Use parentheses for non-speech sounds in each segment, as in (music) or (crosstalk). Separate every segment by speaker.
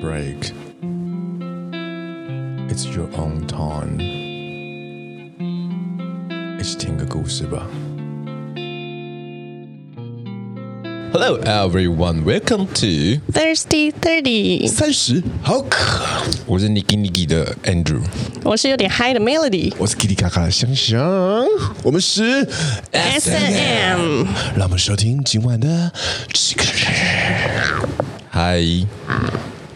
Speaker 1: break. It's your own time. 一起听个故事吧。Hello everyone, welcome to
Speaker 2: Thirsty Thirty，
Speaker 1: 三十好渴。我是 Niki Niki 的 Andrew，
Speaker 2: 我是有点嗨的 Melody。
Speaker 1: 我是叽里嘎嘎的香香，我们是 eh,
Speaker 2: S&M
Speaker 1: 让我们收听今晚的这个
Speaker 3: 嗨，
Speaker 1: Eh,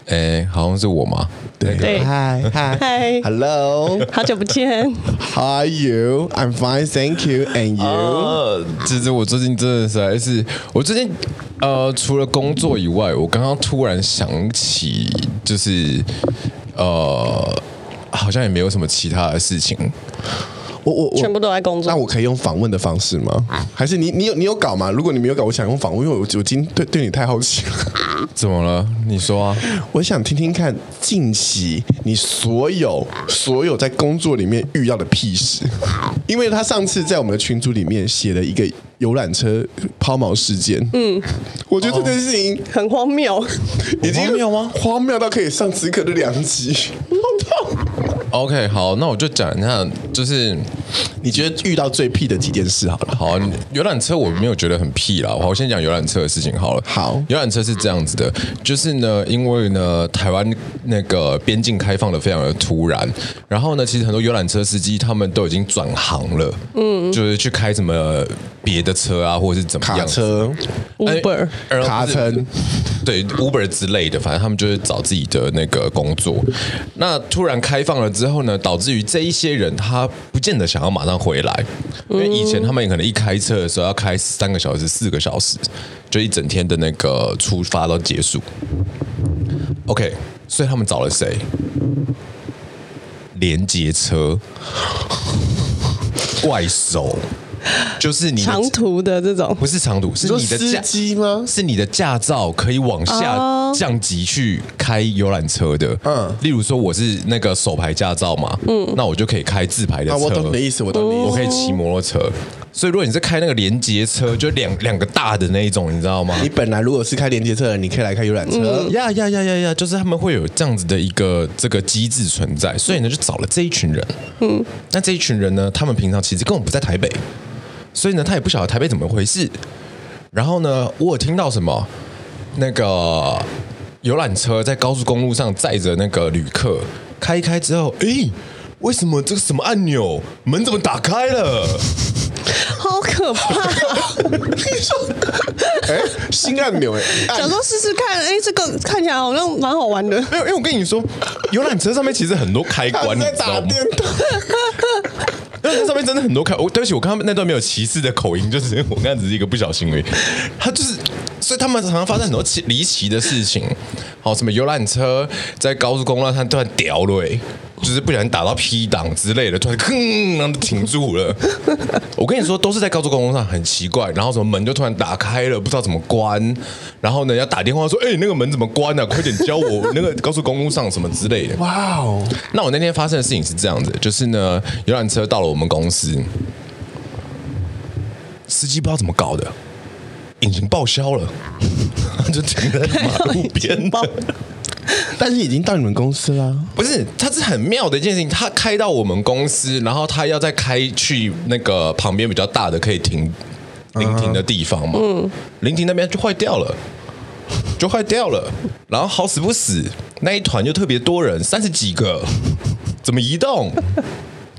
Speaker 3: 哎，好像是我吗？
Speaker 1: 对
Speaker 2: 对
Speaker 3: (laughs)
Speaker 1: 嗨嗨
Speaker 2: 嗨，
Speaker 1: ，Hello。
Speaker 2: 好久不见。
Speaker 1: How are you? I'm fine, thank you.
Speaker 3: (laughs)
Speaker 1: And you?
Speaker 3: 呃，其实我最近真的实在是，我最近呃，除了工作以外，我刚刚突然想起，就是呃，好像也没有什么其他的事情。
Speaker 1: 我我我
Speaker 2: 全部都在工作
Speaker 1: 那我可以用访问的方式吗？
Speaker 3: 啊
Speaker 1: 还是你你有你有稿吗？如果你没有稿，我想用访问，因为我我今对对你太好奇了， (laughs)
Speaker 3: 怎么了？你说啊？
Speaker 1: 我想听听看近期你所有所有在工作里面遇到的屁事，因为他上次在我们的群组里面写了一个游览车抛锚事件，嗯，我觉得这件事情
Speaker 2: 很荒谬，
Speaker 1: 已经
Speaker 3: 哦荒谬吗？
Speaker 1: 荒谬到可以上此刻的两集，好痛！
Speaker 3: OK，好，那我就讲一下，就是
Speaker 1: 你觉得遇到最屁的几件事好了？
Speaker 3: 好，啊你游览车我没有觉得很屁啦。我先讲游览车的事情好了。
Speaker 1: 好
Speaker 3: 游览车是这样子的，就是呢，因为呢，台湾那个边境开放的非常的突然，然后呢，其实很多游览车司机他们都已经转行了，嗯，就是去开什么别的车啊，或者是怎么样
Speaker 1: 卡车、
Speaker 3: 哎
Speaker 2: Uber
Speaker 3: 呃不是
Speaker 1: 卡层，
Speaker 3: 对 Uber 之类的，反正他们就是找自己的那个工作。那突然开放了之后呢，导致于这一些人他不见得想要马上回来，因为以前他们可能一开车的时候要开三个小时、四个小时，就一整天的那个出发到结束。OK，所以他们找了谁？连接车、 (laughs) 怪手，就是你的
Speaker 2: 长途的这种
Speaker 3: 不是长途，是
Speaker 1: 你说
Speaker 3: 你的
Speaker 1: 司
Speaker 3: 驾
Speaker 1: 机吗？哦
Speaker 3: 是你的驾照可以往下降级去开游览车的。
Speaker 1: 嗯
Speaker 3: 嗯，例如说我是那个手牌驾照嘛，嗯，那我就可以开自牌的车，
Speaker 1: 啊，我懂你的意思，我懂你的意
Speaker 3: 我
Speaker 1: 思。
Speaker 3: 可以骑摩托车。所以如果你是开那个连接车，就两两个大的那一种，你知道吗？
Speaker 1: 你本来如果是开连接车的，你可以来开游览 (laughs) 车。
Speaker 3: 呀呀呀呀呀！就是他们会有这样子的一个这个机制存在，所以呢就找了这一群人。嗯，那这一群人呢，他们平常其实根本不在台北，所以呢他也不晓得台北怎么回事。然后呢，我有听到什么那个游览车在高速公路上载着那个旅客，开一开之后，诶，为什么这个什么按钮门怎么打开了？ (laughs)
Speaker 2: 好可怕。
Speaker 1: 哎，新按钮哎，按
Speaker 2: 想说试试看，哎，这个看起来好像蛮好玩的。
Speaker 3: 没有，因为我跟你说，游览车上面其实很多开关，你
Speaker 1: 在
Speaker 3: 知道
Speaker 1: 打
Speaker 3: 吗？
Speaker 1: 电动，
Speaker 3: 那 (laughs) 那上面真的很多开，我对不起，我刚刚那段没有歧视的口音，就是我刚刚只是一个不小心而已。他就是，所以他们常常发生很多奇离奇的事情，好，什么游览车在高速公路上突然掉了、欸，就是不小心打到 P 档之类的，突然吭，然后就停住了。我跟你说，都是在高速公路上很奇怪，然后什么门就突然打开了，不知道怎么关，然后呢要打电话说，哎、那个门怎么关啊？快点教我，那个高速公路上什么之类的。
Speaker 1: (laughs) 哇哦！
Speaker 3: 那我那天发生的事情是这样子，就是呢，游览车到了我们公司，司机不知道怎么搞的，引擎报销了， (laughs) 就停在马路边。
Speaker 1: 但是已经到你们公司啦，
Speaker 3: 不是，它是很妙的一件事情。他开到我们公司，然后他要再开去那个旁边比较大的可以停临停的地方嘛。嗯，临停那边就坏掉了，就坏掉了。然后好死不死，那一团就特别多人，三十几个，怎么移动？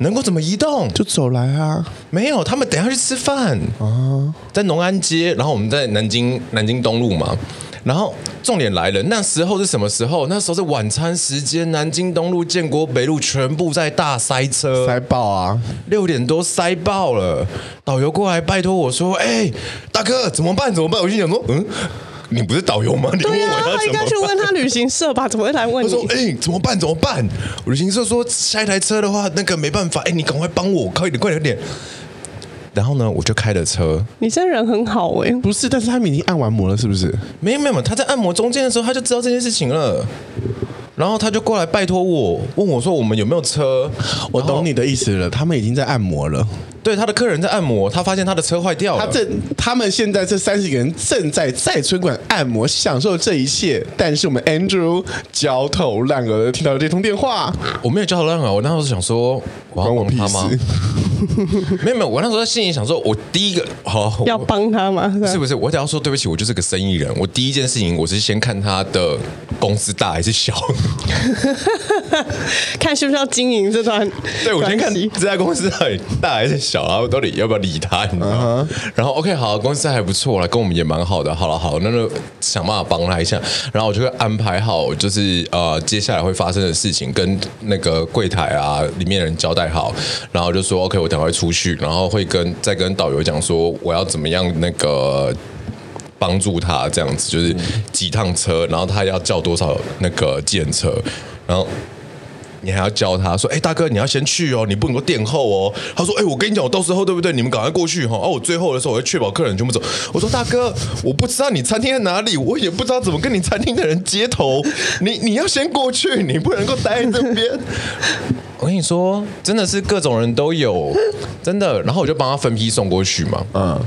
Speaker 3: 能够怎么移动？
Speaker 1: 就走来啊。
Speaker 3: 没有，他们等一下去吃饭啊，在农安街，然后我们在南京南京东路嘛。然后重点来了，那时候是什么时候？那时候是晚餐时间，南京东路、建国北路全部在大塞车，
Speaker 1: 塞爆啊！
Speaker 3: 六点多塞爆了，导游过来拜托我说：“哎、大哥，怎么办？怎么办？”我心想说：“嗯，你不是导游吗？你问我
Speaker 2: 对
Speaker 3: 要
Speaker 2: 啊，
Speaker 3: 怎么
Speaker 2: 他
Speaker 3: 办？”
Speaker 2: 应该去问他旅行社吧，怎么会来问
Speaker 3: 他说
Speaker 2: 你：“？
Speaker 3: 哎、怎么办？怎么办？”旅行社说：“下一台车的话，那个没办法，哎、你赶快帮我，快点，快点，快点。”然后呢，我就开了车，
Speaker 2: 你这人很好哎，
Speaker 1: 不是，但是他们已经按完摩了，是不是？
Speaker 3: 没有没有，没有他在按摩中间的时候，他就知道这件事情了。然后他就过来拜托我，问我说我们有没有车。
Speaker 1: 我懂你的意思了，他们已经在按摩了。
Speaker 3: 对，他的客人在按摩，他发现他的车坏掉了。
Speaker 1: 他正，他们现在这三十个人正在在春馆按摩，享受这一切。但是我们 Andrew 焦头烂额的听到了这通电话，
Speaker 3: 我没有叫他让啊，我那时候想说，我要
Speaker 1: 关我
Speaker 3: 帮
Speaker 1: 屁
Speaker 3: 他吗
Speaker 1: 事？。
Speaker 3: 没有没有，我那时候在心里想说，我第一个好
Speaker 1: (laughs)
Speaker 3: 我
Speaker 2: 要帮他吗？是吧
Speaker 3: 是不是？我只要说对不起，我就是个生意人。我第一件事情，我是先看他的公司大还是小。
Speaker 2: (laughs) 看是不是要经营这段关系？
Speaker 3: 对，我先看这家公司到底大还是小，然后到底要不要理他，你知道
Speaker 2: 嗯
Speaker 3: 吗然后 OK，好，公司还不错啦，跟我们也蛮好的。好了，好，那就想办法帮他一下。然后我就会安排好，就是呃，接下来会发生的事情，跟那个柜台啊里面的人交代好，然后就说 OK，我等会出去，然后会跟再跟导游讲说我要怎么样那个。帮助他这样子，就是
Speaker 2: 嗯
Speaker 3: 几趟车，然后他要叫多少那个计程车，然后你还要教他说：“哎、大哥，你要先去哦，你不能够垫后哦。”他说：“哎、我跟你讲，我到时候对不对？你们赶快过去哈、哦。我最后的时候，我会确保客人全部走。”我说：“大哥，我不知道你餐厅在哪里，我也不知道怎么跟你餐厅的人接头。你 (laughs) 你要先过去，你不能够待在这边。”我跟你说，真的是各种人都有，真的。然后我就帮他分批送过去嘛。
Speaker 1: 嗯，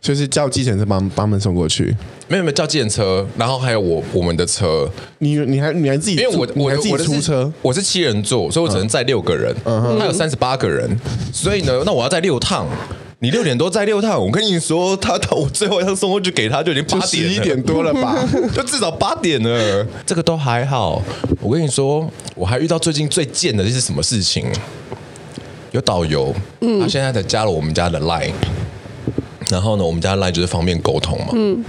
Speaker 1: 就是叫计程车帮帮他们送过去。
Speaker 3: 没有没有叫计程车，然后还有我我们的车，
Speaker 1: 你你还你还自己
Speaker 3: 因
Speaker 1: 出，
Speaker 3: 为我
Speaker 1: 你
Speaker 3: 我
Speaker 1: 还自己
Speaker 3: 我的是
Speaker 1: 出车，嗯
Speaker 3: 我是七人座，所以我只能载六个人，他有三十八个人，所以呢，那我要载六趟。你六点多载六趟，我跟你说，他到我最后要送过去给他就已经八
Speaker 1: 就
Speaker 3: 点了
Speaker 1: 十一点多了 (laughs) 吧？
Speaker 3: 就至少八点了，这个都还好。我跟你说，我还遇到最近最贱的是什么事情？有导游，他现在才加了我们家的 Line，然后呢，我们家 Line 就是方便沟通嘛。嗯，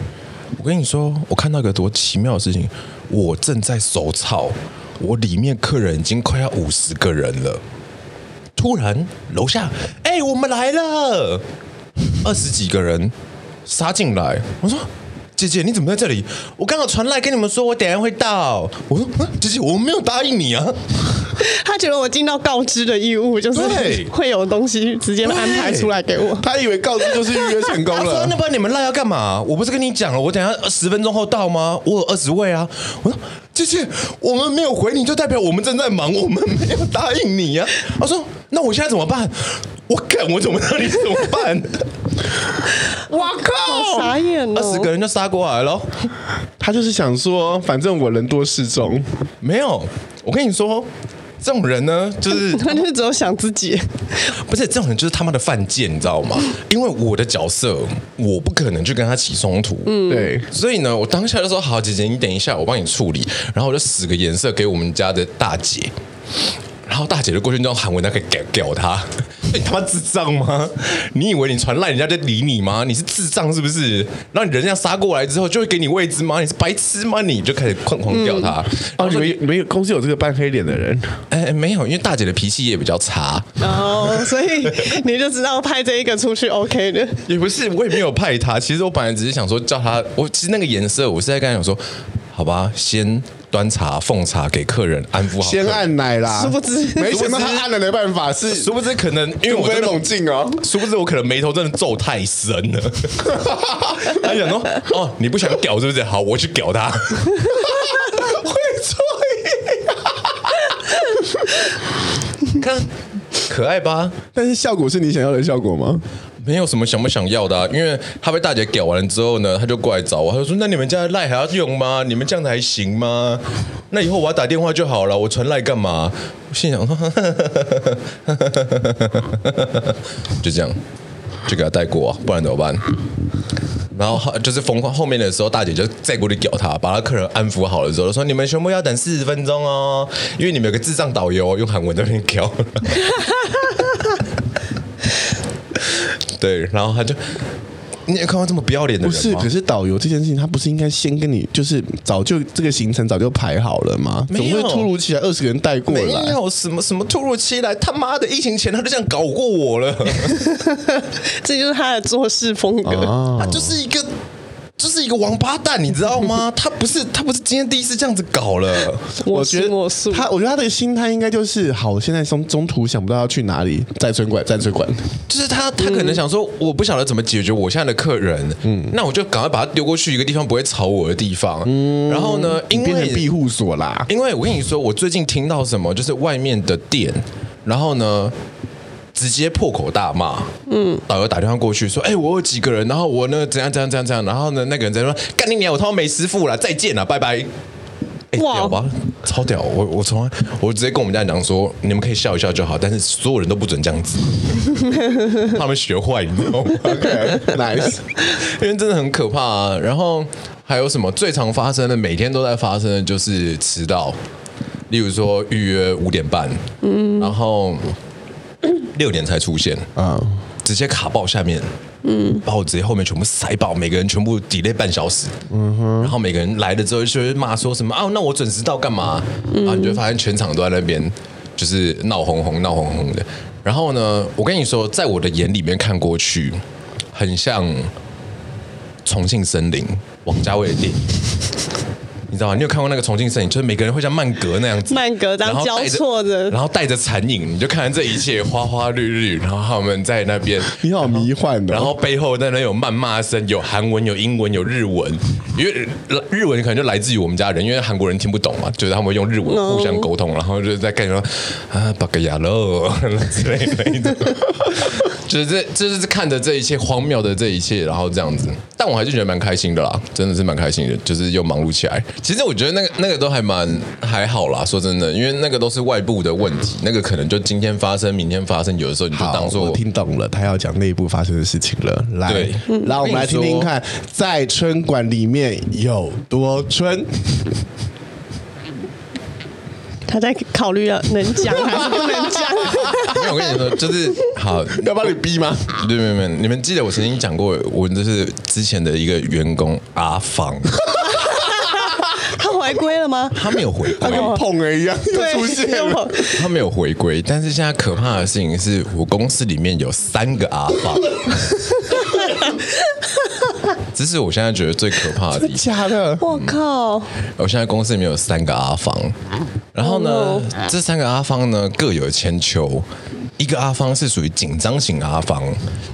Speaker 3: 我跟你说，我看到一个多奇妙的事情，我正在手操，我里面客人已经快要五十个人了，突然楼下，哎、我们来了。二十几个人杀进来，我说。姐姐，你怎么在这里？我刚好传来跟你们说，我等一下会到。我说，啊姐姐，我没有答应你啊。
Speaker 2: 他觉得我尽到告知的义务，就是
Speaker 3: 对
Speaker 2: 会有东西直接安排出来给我。
Speaker 1: 他以为告知就是预约成功 (laughs)
Speaker 3: 他说，那
Speaker 1: 了。
Speaker 3: 不然你们赖要干嘛？我不是跟你讲了，我等一下十分钟后到吗？我有二十位啊。我说，姐姐，我们没有回你，就代表我们正在忙，我们没有答应你
Speaker 1: (laughs)
Speaker 3: 啊。他说，那我现在怎么办？我敢，我怎么知道你怎么
Speaker 1: (laughs)
Speaker 3: 办？哇靠！
Speaker 2: 傻眼哦
Speaker 3: 二十个人就杀过来了。
Speaker 1: 他就是想说，反正我人多势众，
Speaker 3: 没有，我跟你说，这种人呢，就是
Speaker 2: 他就是只有想自己，
Speaker 3: 不是这种人，就是他妈的犯贱，你知道吗？因为我的角色，我不可能去跟他起冲突，嗯，
Speaker 1: 对，
Speaker 3: 所以呢，我当下就说：“好，姐姐，你等一下，我帮你处理。”然后我就使个颜色给我们家的大姐，然后大姐就过去用韩文那个屌屌他，哎你他妈智障吗？你以为你传烂人家就理你吗？你是智障是不是？然后你人家杀过来之后就会给你位置吗？你是白痴吗？你就开始狂狂屌他。
Speaker 1: 哦，你们你们公司有这个扮黑脸的人，
Speaker 3: 哎，没有，因为大姐的脾气也比较差，
Speaker 2: 然
Speaker 3: 哦
Speaker 2: 后哦所以你就知道派这一个出去 OK 的。 (laughs)
Speaker 3: 也不是，我也没有派
Speaker 1: (laughs)
Speaker 3: 她。其实我本来只是想说叫她，我其实那个颜色，我是在跟她讲说，好吧，先端茶奉茶给客人，安抚好。
Speaker 1: 先，按奶啦，
Speaker 2: 殊不知
Speaker 1: 没想到他按奶的办法是
Speaker 3: 殊不知可能因为我真
Speaker 1: 飞
Speaker 3: 的
Speaker 1: 猛进哦。
Speaker 3: 殊不知我可能眉头真的皱太深了， (laughs) 他就想说哦，你不想屌是不是？好，我去屌他。会吹， (laughs) 看可爱吧？
Speaker 1: 但是效果是你想要的效果吗？
Speaker 3: 没有什么想不想要的、啊，因为他被大姐屌完了之后呢，他就过来找我，他就说：“那你们家的赖还要用吗？你们这样子还行吗？那以后我要打电话就好了，我传赖干嘛？”我心想 (laughs) 说：“就这样，就给他带过、啊，不然怎么办？”然后就是疯狂后面的时候，大姐就再过去屌他，把他客人安抚好了之后，说：“你们全部要等四十分钟哦，因为你们有个智障导游用韩文在那边屌。”对，然后他就，你有看到这么不要脸的
Speaker 1: 不
Speaker 3: 人吗？
Speaker 1: 是，可是导游这件事情，他不是应该先跟你，就是早就这个行程早就排好了吗？怎
Speaker 3: 没
Speaker 1: 么
Speaker 3: 有
Speaker 1: 会突如其来二十个人带过
Speaker 3: 没
Speaker 1: 来？
Speaker 3: 有啊什么什么突如其来，他妈的疫情前他就这样搞过我了，
Speaker 2: 这就是他的做事风格。
Speaker 1: 哦
Speaker 3: 他就是一个就是一个王八蛋，你知道吗？他不是他不是今天第一次这样子搞了，
Speaker 2: 我
Speaker 1: 觉得
Speaker 2: 行我素，
Speaker 1: 他，我觉得他的心态应该就是：好，我现在中中途想不到要去哪里，在村馆，在村馆。
Speaker 3: 就是他他可能想说，我不晓得怎么解决我现在的客人，嗯，那我就赶快把他丢过去一个地方不会吵我的地方，嗯，然后呢，因
Speaker 1: 变成
Speaker 3: 为
Speaker 1: 庇护所 (laughs) 啦。
Speaker 3: 因为我跟你说，我最近听到什么，就是外面的店，然后呢。直接破口大骂，嗯，导游打电话过去说：“哎、我有几个人，然后我呢怎样怎样怎样怎样，然后呢那个人在说干你娘，我他妈没师傅了，再见了，拜拜。”哎，
Speaker 2: 哇
Speaker 3: 屌吧，超屌！我我从来我直接跟我们家人讲说，你们可以笑一笑就好，但是所有人都不准这样子，他们学坏，你知道吗？
Speaker 1: nice，
Speaker 3: (laughs) 因为真的很可怕啊。然后还有什么最常发生的，每天都在发生的就是迟到，例如说预约五点半，嗯，然后六点才出现，
Speaker 1: 啊，
Speaker 3: 直接卡爆下面，嗯，把我直接后面全部塞爆，每个人全部 delay 半小时，嗯哼，然后每个人来了之后就会骂说什么啊，那我准时到干嘛？然后你就会发现全场都在那边就是闹哄哄、闹哄哄的。然后呢，我跟你说，在我的眼里面看过去，很像重庆森林王家卫的电影。你知道吗？你有看过那个重庆森林，就是每个人会像曼格那样子，
Speaker 2: 曼格这样
Speaker 3: 然后带着
Speaker 2: 交错的
Speaker 3: 然后带着残影，你就看着这一切花花绿绿，然后他们在那边，
Speaker 1: 你好迷幻哦的、
Speaker 3: 然后背后在那有谩骂声，有韩文，有英文，有日文，因为呃日文可能就来自于我们家人，因为韩国人听不懂嘛，就是他们会用日文互相沟通，然后就是在干什么啊，巴格亚喽 (laughs) 之类的，就是这，这就是看着这一切荒谬的这一切，然后这样子，但我还是觉得蛮开心的啦，真的是蛮开心的，就是又忙碌起来。其实我觉得那个那个都还蛮还好啦，说真的，因为那个都是外部的问题，那个可能就今天发生，明天发生，有的时候你就
Speaker 1: 好，
Speaker 3: 当做
Speaker 1: 我听懂了，他要讲内部发生的事情了。来
Speaker 3: 对，
Speaker 1: 让我们来听听看，在春馆里面有多春。
Speaker 2: 他在考虑要能讲还是不
Speaker 3: (laughs)
Speaker 2: 能讲。
Speaker 3: 没有，我跟你说，就是 (laughs) 好，
Speaker 1: 要帮你逼吗？
Speaker 3: 对，没有没有，你们记得我曾经讲过，我就是之前的一个员工阿芳，
Speaker 2: 他回归了吗？
Speaker 3: (laughs) 他没有回
Speaker 1: 他
Speaker 3: 归
Speaker 1: (laughs) 跟，碰儿一样又
Speaker 2: 对，
Speaker 1: 出现了。
Speaker 2: 我
Speaker 3: 他没有回归，但是现在可怕的事情是我公司里面有三个阿 (laughs) 芳，这是我现在觉得最可怕的地方。
Speaker 1: 假的，
Speaker 2: 我靠，
Speaker 3: 我现在公司里面有三个阿芳，然后呢
Speaker 2: Oh
Speaker 3: 这三个阿芳呢各有千秋。一个阿芳是属于紧张型阿芳，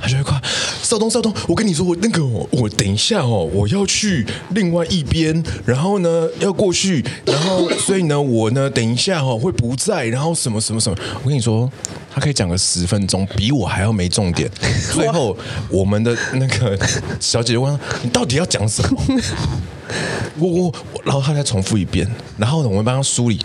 Speaker 3: 他就会快少东少东，我跟你说，我那个哦我等一下哦，我要去另外一边，然后呢要过去，然后所以呢我呢等一下哦会不在，然后什么什么什么，我跟你说，他可以讲个十分钟，比我还要没重点。最后我们的那个小姐姐问他，你到底要讲什么？我我我，然后他再重复一遍，然后呢，我们帮他梳理。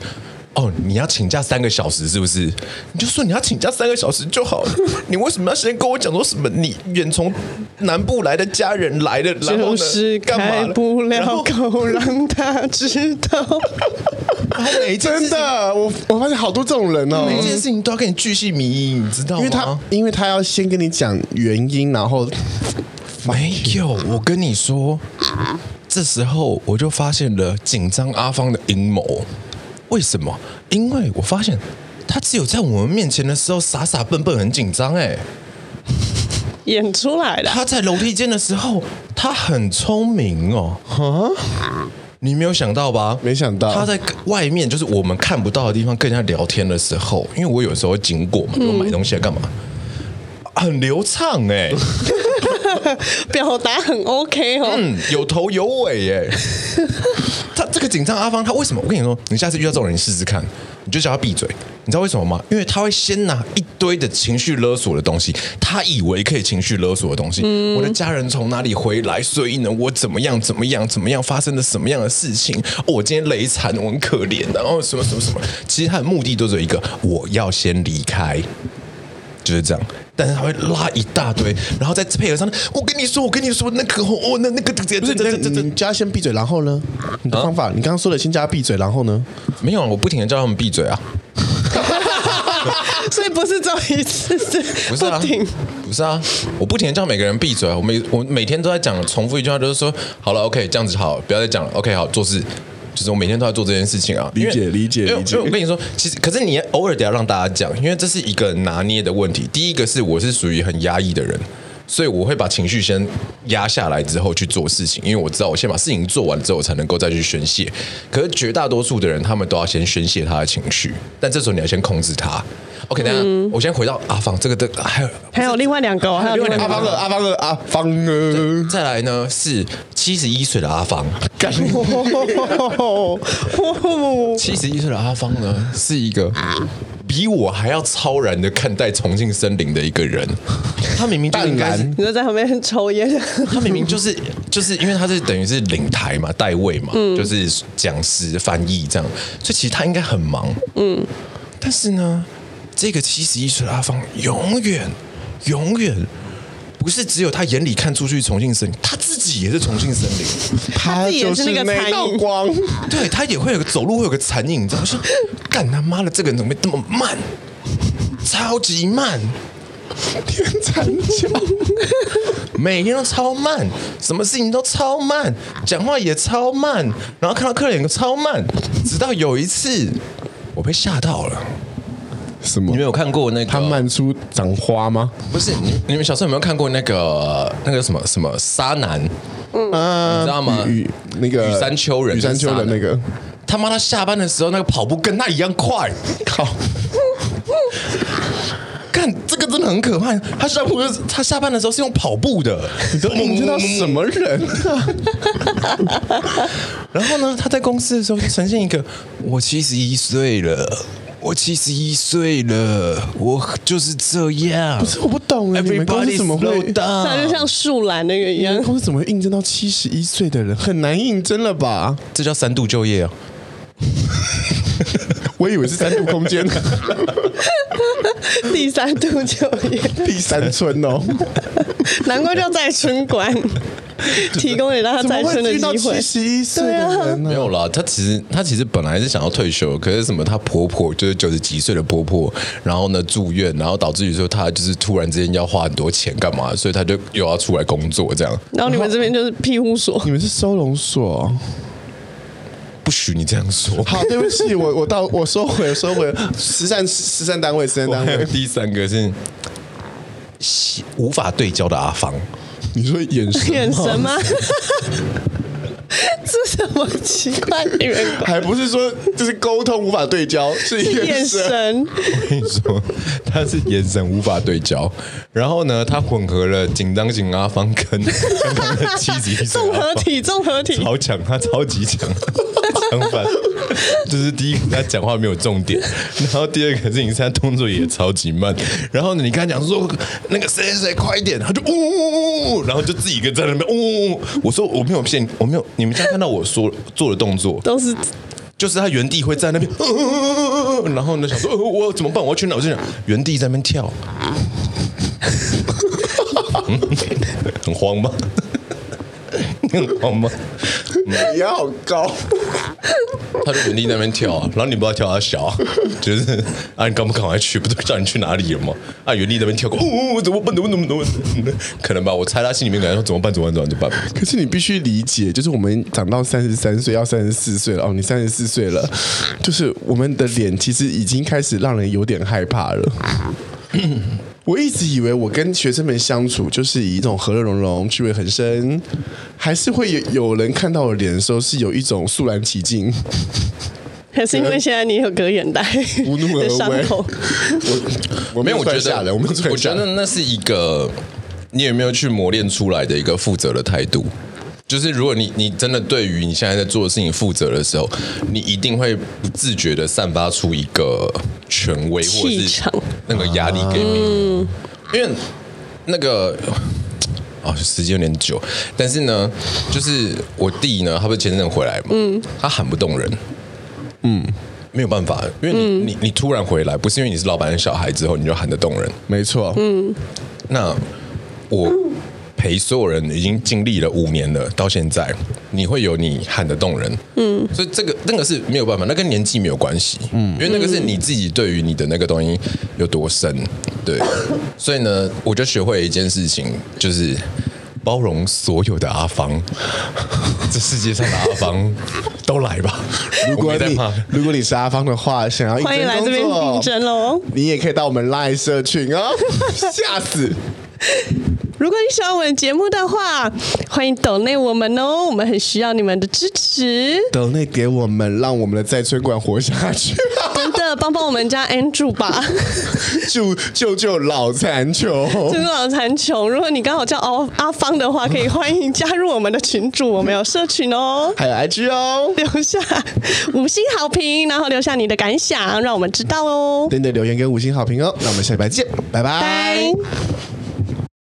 Speaker 3: 哦，你要请假三个小时是不是？你就说你要请假三个小时就好了，你为什么要先跟我讲说什么？你远从南部来的家人来了，然后呢
Speaker 2: 就是
Speaker 3: 干嘛
Speaker 2: 开
Speaker 3: 了
Speaker 2: 不
Speaker 3: 然
Speaker 2: 了
Speaker 3: 后
Speaker 2: 口让他知道。
Speaker 3: 然后每一件
Speaker 1: 真
Speaker 3: 事
Speaker 1: 的，我我发现好多这种人哦。
Speaker 3: 每一件事情都要跟你巨细靡遗，你知道吗？
Speaker 1: 因为他，因为他要先跟你讲原因，然后
Speaker 3: 没有，我跟你说，这时候我就发现了紧张阿芳的阴谋。为什么？因为我发现他只有在我们面前的时候傻傻笨笨很紧张、哎，
Speaker 2: 演出来的，
Speaker 3: 他在楼梯间的时候，他很聪明哦。你没有想到吧？
Speaker 1: 没想到
Speaker 3: 他在外面，就是我们看不到的地方，跟人家聊天的时候，因为我有时候会经过
Speaker 1: 嗯
Speaker 3: 嘛，我买东西来啊干嘛？很流畅
Speaker 1: (laughs)
Speaker 3: 哎、
Speaker 2: 表达很 OK 哦。
Speaker 3: 嗯，有头有尾哎耶。他这个紧张阿芳，他为什么？我跟你说，你下次遇到这种人，你试试看，你就叫他闭嘴。你知道为什么吗？因为他会先拿一堆的情绪勒索的东西，他以为可以情绪勒索的东西。我的家人从哪里回来，所以呢，我怎么样怎么样怎么样发生了什么样的事情？哦、我今天累惨，我很可怜，然后什么什么什么。其实他的目的都只有一个，我要先离开。就是这样。但是他会拉一大堆，然后再配合上，我跟你说，我跟你说，那个哦，哦那那个这这
Speaker 1: 不是
Speaker 3: 这这
Speaker 1: 你
Speaker 3: 这啊这
Speaker 1: 你叫他先闭嘴，然后呢？你的方法，你刚刚说的先叫他闭嘴，然后呢？
Speaker 3: 没有，我不停的叫他们闭嘴啊，
Speaker 2: (laughs) 所以不是只有一次，是
Speaker 3: 不是啊，
Speaker 2: 停。
Speaker 3: 不是啊，我不停的叫每个人闭嘴啊，我每我每天都在讲重复一句话，就是说，好了，OK，这样子好，不要再讲了，OK，好，做事。就是我每天都在做这件事情啊，
Speaker 1: 理解
Speaker 3: 因为
Speaker 1: 理解
Speaker 3: 因为
Speaker 1: 理解
Speaker 3: 因为我跟你说，其实可是你偶尔得要让大家讲，因为这是一个拿捏的问题。第一个是我是属于很压抑的人，所以我会把情绪先压下来之后去做事情，因为我知道我先把事情做完之后，我才能够再去宣泄。可是绝大多数的人，他们都要先宣泄他的情绪，但这时候你要先控制他。OK，等一下、我先回到阿芳这个这个还有
Speaker 2: 还有另外两个哦，还有另外
Speaker 1: 阿
Speaker 2: 两
Speaker 1: 方
Speaker 2: 个
Speaker 1: 的阿方的阿方的，
Speaker 3: 再来呢是七十一岁的阿芳，
Speaker 1: 干
Speaker 2: 哦，哦
Speaker 3: 七十一岁的阿芳呢，是一个比我还要超然的看待重庆森林的一个人。 (laughs) 他明明就应该
Speaker 1: 淡
Speaker 3: 是
Speaker 1: 然
Speaker 2: 你就在旁边抽烟，
Speaker 3: (laughs) 他明明就是就是因为他是等于是领台嘛，代位嘛，就是讲师、翻译这样，所以其实他应该很忙。嗯，但是呢，这个七十一岁的阿芳永远永远。不是只有他眼里看出去重庆森林，他自己也是重庆森林，
Speaker 1: 他
Speaker 2: 自己也
Speaker 1: 就是
Speaker 2: 那个
Speaker 1: 那
Speaker 2: 残
Speaker 1: 道
Speaker 3: (laughs)
Speaker 2: 影
Speaker 1: 光，
Speaker 3: 对他也会有个走路会有个残影，你知道吗？我说干他妈的，这个人怎么这么慢，超级慢，
Speaker 1: 天残角，
Speaker 3: 每天都超慢，什么事情都超慢，讲话也超慢，然后看到客人也超慢，直到有一次我被吓到了。
Speaker 1: 什么
Speaker 3: 你们？有看过那个？
Speaker 1: 他漫出长花吗？
Speaker 3: 不是你，你们小时候有没有看过那个那个什么什么沙男？
Speaker 1: 啊，
Speaker 3: 你知道吗
Speaker 1: 雨那个
Speaker 3: 雨山丘人
Speaker 1: 雨山丘的那个，
Speaker 3: 他妈他下班的时候那个跑步跟他一样快，靠！看这个真的很可怕，他下步就是他下班的时候是用跑步的，你
Speaker 1: 都你知道什么
Speaker 3: (laughs)
Speaker 1: 人啊？
Speaker 3: 然后呢，他在公司的时候就呈现一个我七十一岁了，我七十一岁了，我就是这样。不
Speaker 1: 这我不懂哎，你们公司
Speaker 3: Everybody
Speaker 1: 怎么
Speaker 3: slow
Speaker 1: 会？
Speaker 2: 那就
Speaker 3: down，
Speaker 1: (laughs)
Speaker 2: 像树懒那个一
Speaker 1: 你
Speaker 2: 样
Speaker 1: 们。公司怎么会应征到七十一岁的人？很难应征了吧？
Speaker 3: 这叫三度就业哦。
Speaker 1: 我以为是三度空
Speaker 3: (laughs)
Speaker 1: 间，
Speaker 2: 第三度就业，
Speaker 1: 第三
Speaker 2: (laughs)
Speaker 1: 村哦，
Speaker 2: 难怪叫再春馆，提供给大家
Speaker 1: 怎
Speaker 2: 再
Speaker 1: 么
Speaker 2: 春的
Speaker 1: 会遇到
Speaker 2: 机
Speaker 1: 七
Speaker 2: 会。
Speaker 1: 十一岁的人
Speaker 3: 没
Speaker 1: 呢？
Speaker 3: 有啦，她其实她其实本来是想要退休，可是什么她婆婆就是九十几岁的婆婆，然后呢住院，然后导致于说她就是突然之间要花很多钱干嘛，所以她就又要出来工作，这样
Speaker 2: 然后你们这边就是庇护
Speaker 1: (laughs)
Speaker 2: 所，
Speaker 1: 你们是收容所哦？
Speaker 3: 不许你这样说。
Speaker 1: 好，对不起，我我到我收回收回慈善慈善单位慈善单
Speaker 3: 还有
Speaker 2: 哦
Speaker 1: 位。
Speaker 3: 第三个是喜无法对焦的阿芳，
Speaker 1: 你说眼神吗
Speaker 2: 眼神吗？ (laughs) 这什么奇怪的员工？
Speaker 1: 还不是说就是沟通无法对焦，是眼
Speaker 2: 眼
Speaker 1: 神。
Speaker 2: 神，
Speaker 3: 我跟你说，他是眼神无法对焦，然后呢，他混合了紧张型阿芳跟 (laughs) 刚刚的七级
Speaker 2: 综合体，综合体，
Speaker 3: 超强，他超级强。相反，就是第一个他讲话没有重点，然后第二个事情是他动作也超级慢。然后呢，你跟他讲说那个谁谁谁快一点，他就呜呜呜呜，然后就自己一个在那边呜呜呜。我说我没有骗你，我没有，你们现在看到我说做的动作，
Speaker 2: 都是
Speaker 3: 就是他原地会在那边，呃然后呢想说、呃我怎么办？我要去哪？我就想原地在那边跳， (laughs) 嗯很慌吗？ (laughs) 你很慌吗？
Speaker 1: 也好高，
Speaker 3: 他就原地在那边跳、啊，然后你不知道跳他小、啊， (laughs) 就是啊，你赶不赶快去？不都叫你去哪里了吗？啊，原地在那边跳过，哦，哦怎么办？怎么怎么怎么？可能吧，我猜他心里面可能说怎么办？怎么办？怎么办？怎么办
Speaker 1: 可是你必须理解，就是我们长到三十三岁，要三十四岁了哦，你三十四岁了，就是我们的脸其实已经开始让人有点害
Speaker 2: (clears throat)
Speaker 1: 怕了。我一直以为我跟学生们相处就是以一种和乐融融、趣味很深，还是会有有人看到我脸的时候是有一种肃然
Speaker 2: (laughs)
Speaker 1: 起敬。
Speaker 2: 还 (laughs) 是因为现在你有隔眼带 (laughs)
Speaker 1: 无怒而
Speaker 2: 的伤
Speaker 1: 威 (laughs)
Speaker 2: 口，
Speaker 1: 我我没有
Speaker 3: 我觉
Speaker 1: 转
Speaker 3: 得
Speaker 1: 下来，我没有转
Speaker 3: 我
Speaker 1: 下
Speaker 3: 觉
Speaker 1: 来
Speaker 3: 得。那是一个你有没有去磨练出来的一个负责的态度。就是如果你你真的对于你现在在做的事情负责的时候，你一定会不自觉的散发出一个权威或者
Speaker 2: 气
Speaker 3: 是
Speaker 2: 场嗯
Speaker 3: 那个压力给你，因为那个。哦，时间有点久，但是呢，就是我弟呢，他不是前阵回来嘛，
Speaker 2: 嗯
Speaker 3: 他喊不动人，嗯没有办法，因为你、
Speaker 2: 嗯
Speaker 3: 你你突然回来，不是因为你是老板的小孩之后你就喊得动人，
Speaker 1: 没错，嗯，
Speaker 3: 那我陪所有人已经经历了五年了，到现在你会有你喊得动人，嗯，所以这个那个是没有办法，那跟年纪没有关系，嗯，因为那个是你自己对于你的那个东西有多深， (laughs) 对，所以呢，我就学会了一件事情，就是。包容所有的阿芳， (laughs) 这世界上的阿芳都来吧。
Speaker 1: 如果
Speaker 3: 我没在
Speaker 1: 你
Speaker 3: 怕
Speaker 1: 如果你是阿芳的话，想要应征
Speaker 2: 欢迎来这边
Speaker 1: 工作 (laughs)
Speaker 2: 应征喽。
Speaker 1: 哦你也可以到我们 Line 社群哦，吓死！
Speaker 2: 如果你喜欢我们节目的话，欢迎抖内我们哦，我们很需要你们的支持，
Speaker 1: 抖内给我们，让我们的在村馆活下去。 (laughs)
Speaker 2: 真的帮帮我们家 Andrew 吧， (laughs)
Speaker 1: 救救救老残穷！
Speaker 2: 真的好残穷。如果你刚好叫阿阿芳的话，可以欢迎加入我们的群组，我们有社群哦。
Speaker 1: 还有 IG 哦，
Speaker 2: 留下五星好评，然后留下你的感想，让我们知道哦。
Speaker 1: 等等留言给五星好评哦。那我们下礼拜见，拜拜。
Speaker 2: 拜。